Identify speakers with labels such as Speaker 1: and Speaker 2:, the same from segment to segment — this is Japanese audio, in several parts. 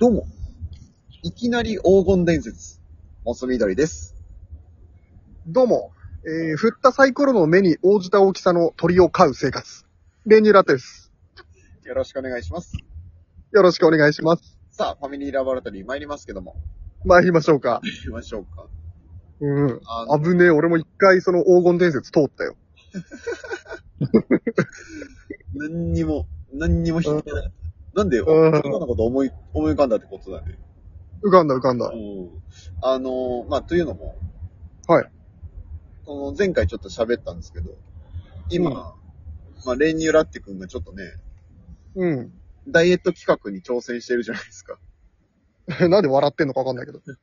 Speaker 1: どうも。いきなり黄金伝説、モス緑です。
Speaker 2: どうも、えー、振ったサイコロの目に応じた大きさの鳥を飼う生活。レニュラテです。
Speaker 1: よろしくお願いします。
Speaker 2: よろしくお願いします。
Speaker 1: さあ、ファミリーラボラトリー参りますけども。
Speaker 2: 参りましょうか。
Speaker 1: 行きましょうか。
Speaker 2: うん。
Speaker 1: あの、
Speaker 2: 危ねえ、俺も一回その黄金伝説通ったよ。
Speaker 1: 何にも、何にも引いてない。なんで、
Speaker 2: う
Speaker 1: 今
Speaker 2: ん
Speaker 1: のこと思い、思い浮かんだってことだね。
Speaker 2: 浮かんだ浮かんだ。
Speaker 1: うん。あの、まあ、というのも。
Speaker 2: はい。
Speaker 1: この前回ちょっと喋ったんですけど、今、
Speaker 2: うん
Speaker 1: まあ、練乳ラッテ君がちょっとね、
Speaker 2: うん。
Speaker 1: ダイエット企画に挑戦してるじゃないですか。
Speaker 2: なんで笑ってんのかわかんないけど。
Speaker 1: で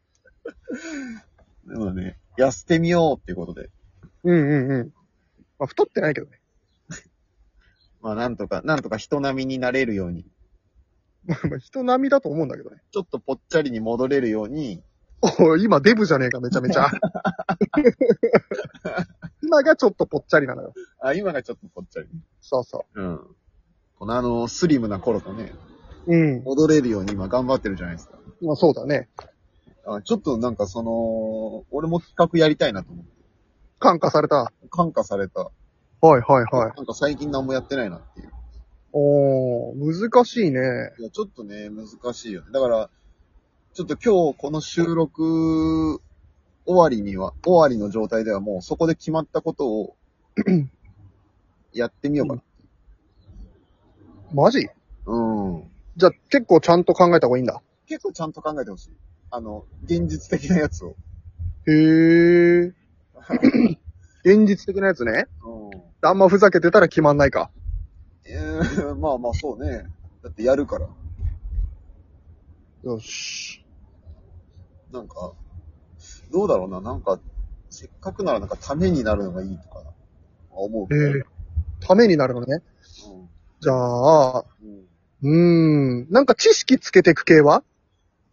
Speaker 1: もね、痩せてみようっていうことで。
Speaker 2: うんうんうん。まあ、太ってないけどね。
Speaker 1: まあ、なんとか、なんとか人並みになれるように、
Speaker 2: まあまあ、人並みだと思うんだけどね。
Speaker 1: ちょっとぽっちゃりに戻れるように、
Speaker 2: おい、今デブじゃねえか、めちゃめちゃ。 今がちょっとぽっちゃりなのよ。
Speaker 1: あ、今がちょっとぽっちゃり。
Speaker 2: そうそ
Speaker 1: うん。このあの、スリムな頃とね、
Speaker 2: う。うん。
Speaker 1: 戻れるように今頑張ってるじゃないですか。
Speaker 2: まあ、そうだね。
Speaker 1: あちょっとなんかその、俺も企画やりたいなと思って。
Speaker 2: 感化された。
Speaker 1: 感化された。
Speaker 2: はいはいはい。
Speaker 1: なんか最近何もやってないなっていう。
Speaker 2: おー、難しいね。
Speaker 1: いや、ちょっとね、難しいよね。だから、ちょっと今日この収録終わりには、終わりの状態ではもうそこで決まったことを、やってみようかな。
Speaker 2: マジ
Speaker 1: うん。
Speaker 2: じゃあ結構ちゃんと考えた方がいいんだ。
Speaker 1: 結構ちゃんと考えてほしい。あの、現実的なやつを。
Speaker 2: へえ。現実的なやつね。
Speaker 1: うん。
Speaker 2: あんまふざけてたら決まんないか。
Speaker 1: えー、まあまあそうね。だってやるから。
Speaker 2: よし。
Speaker 1: なんか、どうだろうな。なんか、せっかくならなんかためになるのがいいとか、思う
Speaker 2: え
Speaker 1: けど。
Speaker 2: え。ためになるのね。じゃあ、
Speaker 1: うんうん
Speaker 2: うーん。なんか知識つけてく系は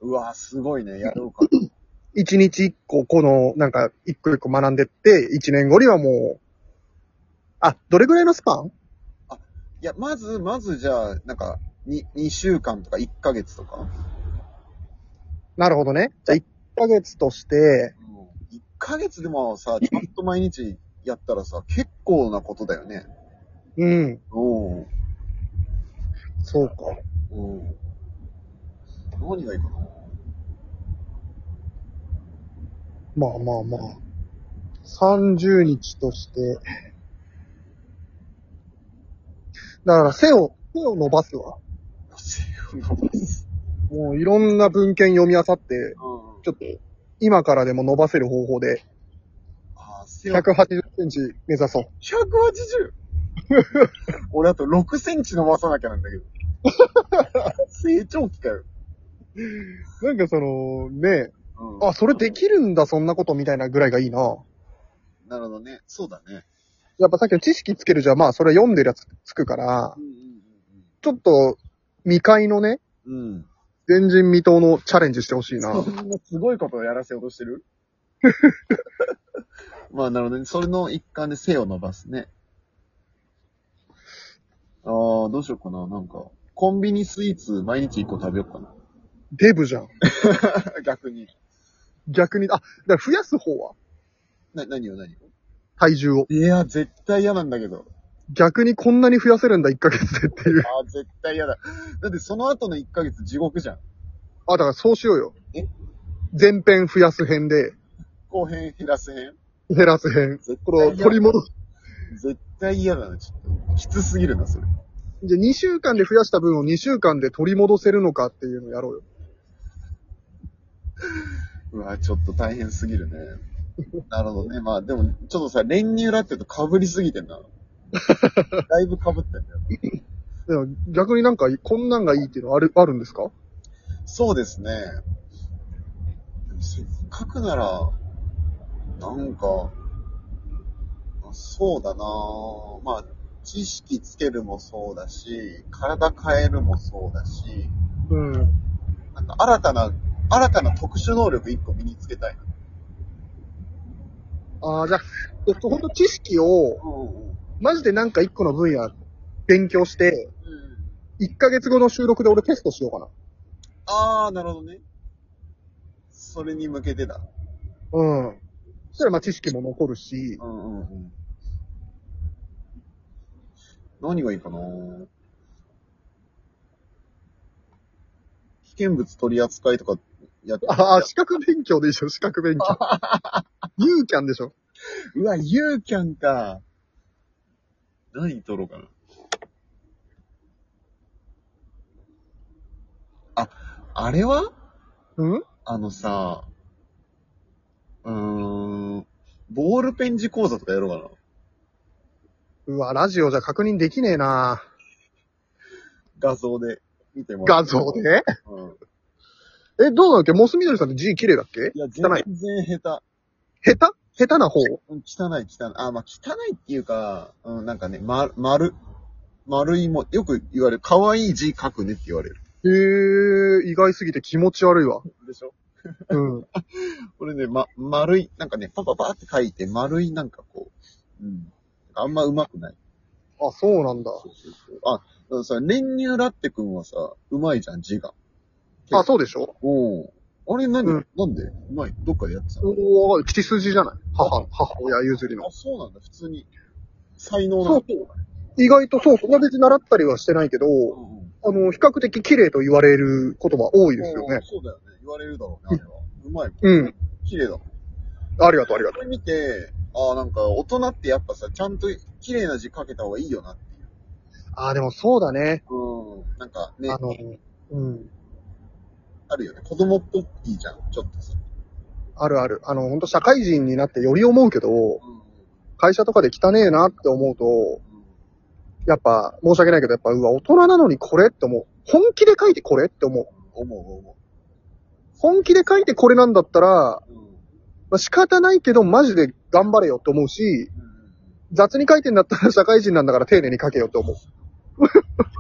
Speaker 1: うわすごいね。やろうかな。
Speaker 2: 一日一個、この、なんか、一個一個学んでって、一年後にはもう、あ、どれぐらいのスパン
Speaker 1: いや、まず、まずじゃあ、なんか、に、2週間とか1ヶ月とか。
Speaker 2: なるほどね。じゃあ、1ヶ月として、
Speaker 1: 1ヶ月でもさ、ちゃんと毎日やったらさ、結構なことだよね。
Speaker 2: うん。
Speaker 1: うん。
Speaker 2: そうか。
Speaker 1: うん。何がいいかな
Speaker 2: まあまあまあ。30日として。だから背を、背を伸ばすわ。
Speaker 1: 背を伸ばす。
Speaker 2: もういろんな文献読み漁って、
Speaker 1: うん。
Speaker 2: ちょっと今からでも伸ばせる方法で
Speaker 1: あー、背を。
Speaker 2: 180センチ目指そう。
Speaker 1: 180! 俺あと6センチ伸ばさなきゃなん だけど。成長期かよ。
Speaker 2: なんかその、ね
Speaker 1: うん
Speaker 2: あ、それできるんだ、そんなことみたいなぐらいがいいな。
Speaker 1: なるほどね。そうだね。
Speaker 2: やっぱさっきの知識つけるじゃ、まあそれ読んでるやつつくから
Speaker 1: う、ん
Speaker 2: ちょっと未開のね、
Speaker 1: うんうん。うん。
Speaker 2: 前人未到のチャレンジしてほしい な。
Speaker 1: そんなすごいことをやらせようとして るまあなるほどね。それの一環で背を伸ばすね。ああ、どうしようかな。なんか、コンビニスイーツ毎日一個食べようか
Speaker 2: デブじゃん。
Speaker 1: な。逆に。
Speaker 2: 逆に、あ、だから増やす方は
Speaker 1: な、何を何を
Speaker 2: 体重を。
Speaker 1: いや、絶対嫌なんだけど。
Speaker 2: 逆にこんなに増やせるんだ、1ヶ月でっていう。
Speaker 1: ああ、絶対嫌だ。だってその後の1ヶ月地獄じゃん。
Speaker 2: あ、だからそうしようよ。
Speaker 1: え
Speaker 2: 前編増やす編で、
Speaker 1: 後編減らせへん。
Speaker 2: 減らす編。
Speaker 1: 絶
Speaker 2: この、取り戻す。
Speaker 1: 絶対嫌だな、ちょっと。きつすぎるな、それ。
Speaker 2: じゃ、2週間で増やした分を2週間で取り戻せるのかっていうのをやろうよ。
Speaker 1: うわ、ちょっと大変すぎるね。 なるほどね。まあでも、ちょっとさ、練乳ラって言うと被りすぎてんな。だいぶ被ってんだよ。
Speaker 2: でも逆になんか、こんなんがいいっていうのある、あるんですか
Speaker 1: そうですね。でもせっかくなら、なんか、あそうだなぁまあ、知識つけるもそうだし、体変えるもそうだし、
Speaker 2: うん。
Speaker 1: なんか新たな、新たな特殊能力一個身につけたいな。
Speaker 2: ああ、じゃあ、えっとほんと知識を、
Speaker 1: うんうん。
Speaker 2: マジでなんか1個の分野勉強して、1ヶ月後の収録で俺テストしようかな。
Speaker 1: ああ、なるほどね。それに向けてだ。
Speaker 2: うん。そしたらまあ知識も残るし、
Speaker 1: うんうんうん。何がいいかな危険物取り扱いとかやって
Speaker 2: ああ、資格勉強でしょ、資格勉強。ユーキャンでしょ。
Speaker 1: うわ、ユーキャンか。何撮ろうかな。あ、あれは
Speaker 2: うん
Speaker 1: あのさ、うーん、ボールペン字講座とかやろうかな。
Speaker 2: うわ、ラジオじゃ確認できねえな
Speaker 1: 画像で見てもら
Speaker 2: 画
Speaker 1: って
Speaker 2: 像。で。
Speaker 1: うん。
Speaker 2: え、どうなのっけモスみどりさんって字綺麗だっけ
Speaker 1: いや、全
Speaker 2: 汚い
Speaker 1: 然下
Speaker 2: 下手下手な方
Speaker 1: 手。うん、汚い、汚い。あ、まあ、汚いっていうか、うん、なんかね、ま、丸。丸いも、よく言われる、可愛い字書くねって言われる。
Speaker 2: へえ、意外すぎて気持ち悪いわ。
Speaker 1: でしょ
Speaker 2: うん。
Speaker 1: これね、ま、丸い、なんかね、パパパって書いて、丸いなんかこう、うん。あんま上手くない。
Speaker 2: あ、そうなんだ。
Speaker 1: そうそうそう。あ、だからさ、練乳ラッテくんはさ、上手いじゃん、字が。
Speaker 2: あ、そうでしょ
Speaker 1: おお。あれ何、
Speaker 2: うん
Speaker 1: なんで上手いどっかでやってたの
Speaker 2: おお血筋じゃない母、母親譲りの。
Speaker 1: あ、そうなんだ、普通に。才能な
Speaker 2: そ
Speaker 1: の
Speaker 2: うそう。意外とそう、そこは別に習ったりはしてないけど、
Speaker 1: うんうん
Speaker 2: あの、比較的綺麗と言われることが多いですよね
Speaker 1: おー。そうだよね。言われるだろうね、あれは。うまい。
Speaker 2: うん。
Speaker 1: 綺麗だ。
Speaker 2: ありがとう、ありが
Speaker 1: ことれ見て、ああ、なんか、大人ってやっぱさ、ちゃんと綺麗な字書けた方がいいよなっていう
Speaker 2: う。ああ、でもそうだね。。
Speaker 1: うん。なんかね、
Speaker 2: あ
Speaker 1: あ
Speaker 2: の、うん。
Speaker 1: るよね。子供っぽいじゃん、ちょっとさ。
Speaker 2: あるある。あの、本当社会人になってより思うけど、
Speaker 1: うん。
Speaker 2: 会社とかで汚ねえなって思うと、やっぱ、申し訳ないけど、やっぱ、うわ、大人なのにこれって思う。本気で書いてこれって思う。
Speaker 1: 思う、思
Speaker 2: 本気で書いてこれなんだったら、
Speaker 1: う。うん。うん
Speaker 2: まあ、仕方ないけど、マジで頑張れよって思うし、雑に書いてんだったら社 会人なんだから丁寧に書けよって 思う。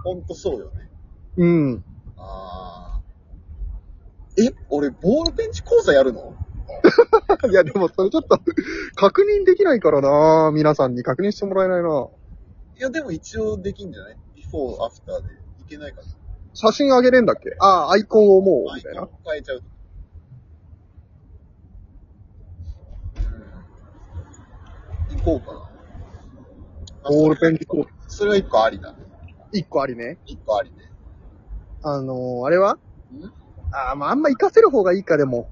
Speaker 1: ほんとそうよね。
Speaker 2: うん。
Speaker 1: ああ。え、俺、ボールペンチ講座やるの
Speaker 2: いや、でもそれちょっと、確認できないからな皆さんに確認してもらえないない
Speaker 1: や、でも一応できんじゃないビフォー、アフターで。いけないかな。
Speaker 2: 写真あげれんだっけああ、アイコンをもう、みたいな。
Speaker 1: 変えちゃうと。うん。行こうかな。あ
Speaker 2: ボールペンでこう、
Speaker 1: それは一個ありだね。
Speaker 2: 一個ありね。
Speaker 1: 一個ありね。
Speaker 2: あのー、あれは
Speaker 1: ん
Speaker 2: ああ、まあ、あんま活かせる方がいいか、でも。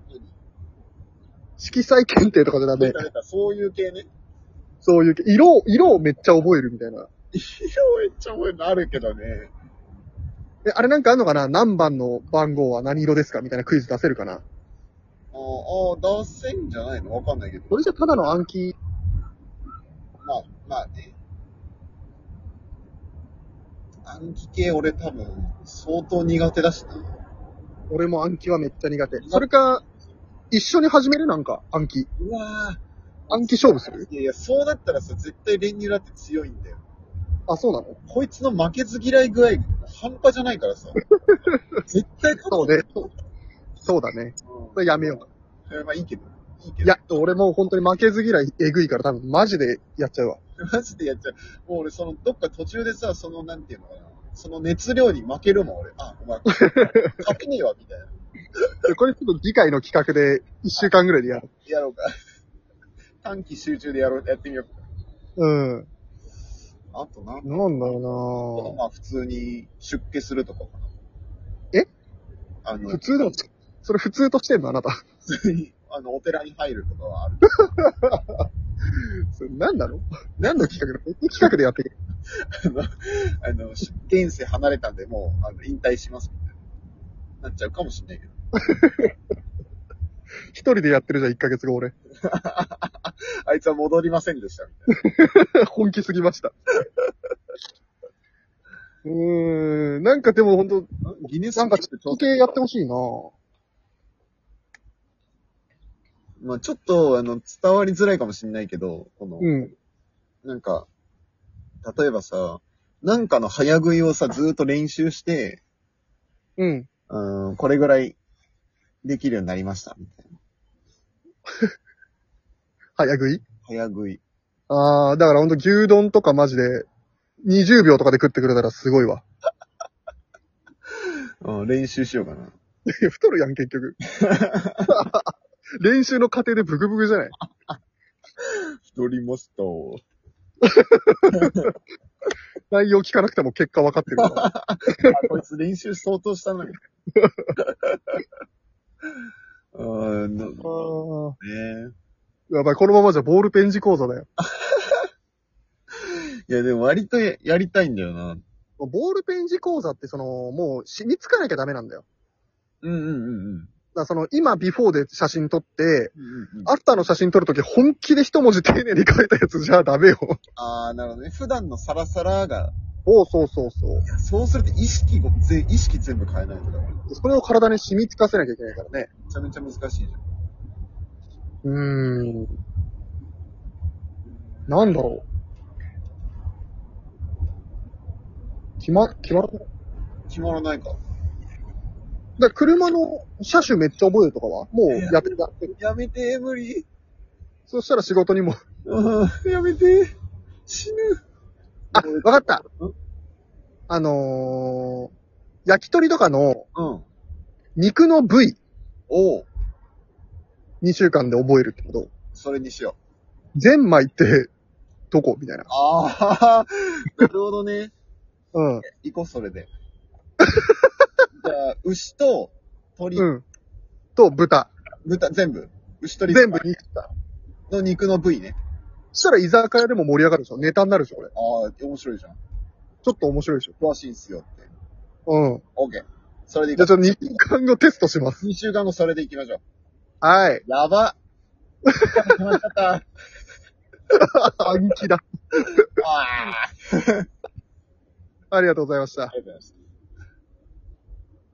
Speaker 2: 色彩検定とかじゃダ
Speaker 1: 出
Speaker 2: メ
Speaker 1: た。出た、そういう系ね。
Speaker 2: そういう、色を、色をめっちゃ覚えるみたいな。
Speaker 1: 色めっちゃ覚えるのあるけどね。
Speaker 2: え、あれなんかあんのかな何番の番号は何色ですかみたいなクイズ出せるかな
Speaker 1: あーあー、出せんじゃないのわかんないけど。
Speaker 2: それじゃただの暗記
Speaker 1: まあ、まあね。暗記系俺多分相当苦手だしな。
Speaker 2: 俺も暗記はめっちゃ苦手。それか、一緒に始めるなんか、暗記。
Speaker 1: うわ
Speaker 2: 暗記勝負する
Speaker 1: ぁ。いやいや、そうなったらさ、絶対練乳だって強いんだよ。
Speaker 2: あ、そうなの
Speaker 1: こいつの負けず嫌い具合、半端じゃないから さ。絶対勝
Speaker 2: そうね。そうだね。それやめようか。
Speaker 1: う。まあいいけど。いいけど。
Speaker 2: いや、俺もう本当に負けず嫌いえぐいから多分マジでやっちゃうわ。
Speaker 1: マジでやっちゃう。もう俺、その、どっか途中でさ、その、なんていうのかな。その熱量に負けるもん、俺。あ、お前、勝てねえわ、みたいな。
Speaker 2: でこれちょっと次回の企画で一週間ぐらいでやる。
Speaker 1: や ろうか。短期集中でやろう、やってみようか。
Speaker 2: うん。
Speaker 1: あとな。
Speaker 2: なんだ
Speaker 1: あと
Speaker 2: ろ
Speaker 1: まあ、普通に出家するとかかな。
Speaker 2: え
Speaker 1: あ
Speaker 2: う
Speaker 1: の
Speaker 2: な、普通でも、それ普通としてんのあなた。
Speaker 1: 普通に、あの、お寺に入るとかはある。
Speaker 2: それ何なの何の企画なの企画でやっていく
Speaker 1: あの、現世離れたんで、もう、あの、引退します、みたいな。なっちゃうかもしんないけど。
Speaker 2: 一人でやってるじゃん、一ヶ月後俺。
Speaker 1: あいつは戻りませんでした、みたい
Speaker 2: 本気すぎました。うーん、なんかでも本当
Speaker 1: な。んギネス
Speaker 2: なんか
Speaker 1: ちょっと
Speaker 2: 統計やってほしいなぁ。
Speaker 1: まあちょっと、あの、伝わりづらいかもしんないけど、この、
Speaker 2: うん。
Speaker 1: なんか、例えばさ、なんかの早食いをさ、ずーっと練習して、
Speaker 2: うん。
Speaker 1: うーん、これぐらいできるようになりました、みたいな。
Speaker 2: 早食い
Speaker 1: 早食い。
Speaker 2: ああ、だからほんと牛丼とかマジで20秒とかで食ってくれたらすごいわ。
Speaker 1: うん、練習しようかな。
Speaker 2: や太るやん、結局。 練習の過程でブクブクじゃない
Speaker 1: 太りますと。
Speaker 2: 内容聞かなくても結果分かってるから。
Speaker 1: あこいつ練習相当したのに。 あーなるほ
Speaker 2: あ
Speaker 1: どね。
Speaker 2: あ。やばい、このままじゃボールペン字講座だよ。
Speaker 1: いや、でも割とややりたいんだよな。
Speaker 2: ボールペン字講座ってその、もう染みつかなきゃダメなんだよ。
Speaker 1: うんうんうんうん。
Speaker 2: だからその、今、ビフォーで写真撮って、
Speaker 1: うんうん、
Speaker 2: アフターの写真撮るとき本気で一文字丁寧に書いたやつじゃダメよ。
Speaker 1: ああ、なるほどね。普段のサラサラが、
Speaker 2: おうそうそうそう
Speaker 1: い。やそうすると意識をぜ、意識全部変えないとだから。め
Speaker 2: それを体に染みつかせなきゃいけないからね。
Speaker 1: ちゃめちゃ難しいじゃん。
Speaker 2: うーん。なんだろう。決ま、決まるだか
Speaker 1: 決まらないか。
Speaker 2: ら車の車種めっちゃ覚えるとかはもうやってた。
Speaker 1: やめて、無理。
Speaker 2: そしたら仕事にも。
Speaker 1: うん、やめて。死ぬ。
Speaker 2: あ、わかった
Speaker 1: うん。
Speaker 2: あのー、焼き鳥とかの
Speaker 1: うん。
Speaker 2: 肉の部位
Speaker 1: おう。
Speaker 2: 2週間で覚えるってこと。
Speaker 1: それにしよう。
Speaker 2: ゼンマイってどこみたいな。
Speaker 1: ああ、なるほどね。
Speaker 2: うん。
Speaker 1: 行こう、それで。 じゃあ、牛と鳥、
Speaker 2: うん。と豚。
Speaker 1: 豚、全部。牛鳥
Speaker 2: 全部肉だ。
Speaker 1: の肉の部位ね。
Speaker 2: そしたら居酒屋でも盛り上がるでしょ。ネタになるでしょ、これ。
Speaker 1: ああ、面白いじゃん。
Speaker 2: ちょっと面白いでしょ。
Speaker 1: 詳しいんすよって。
Speaker 2: うん。
Speaker 1: オッケー。それで
Speaker 2: じゃ
Speaker 1: 行
Speaker 2: あち
Speaker 1: こ
Speaker 2: ょっと日間のテストします。
Speaker 1: う。2週間後、それで行きましょう。
Speaker 2: はい。
Speaker 1: や ば。決まっちゃ った。
Speaker 2: 暗記だ。
Speaker 1: ああ。
Speaker 2: ありがとうございました
Speaker 1: あ。りがとうございました。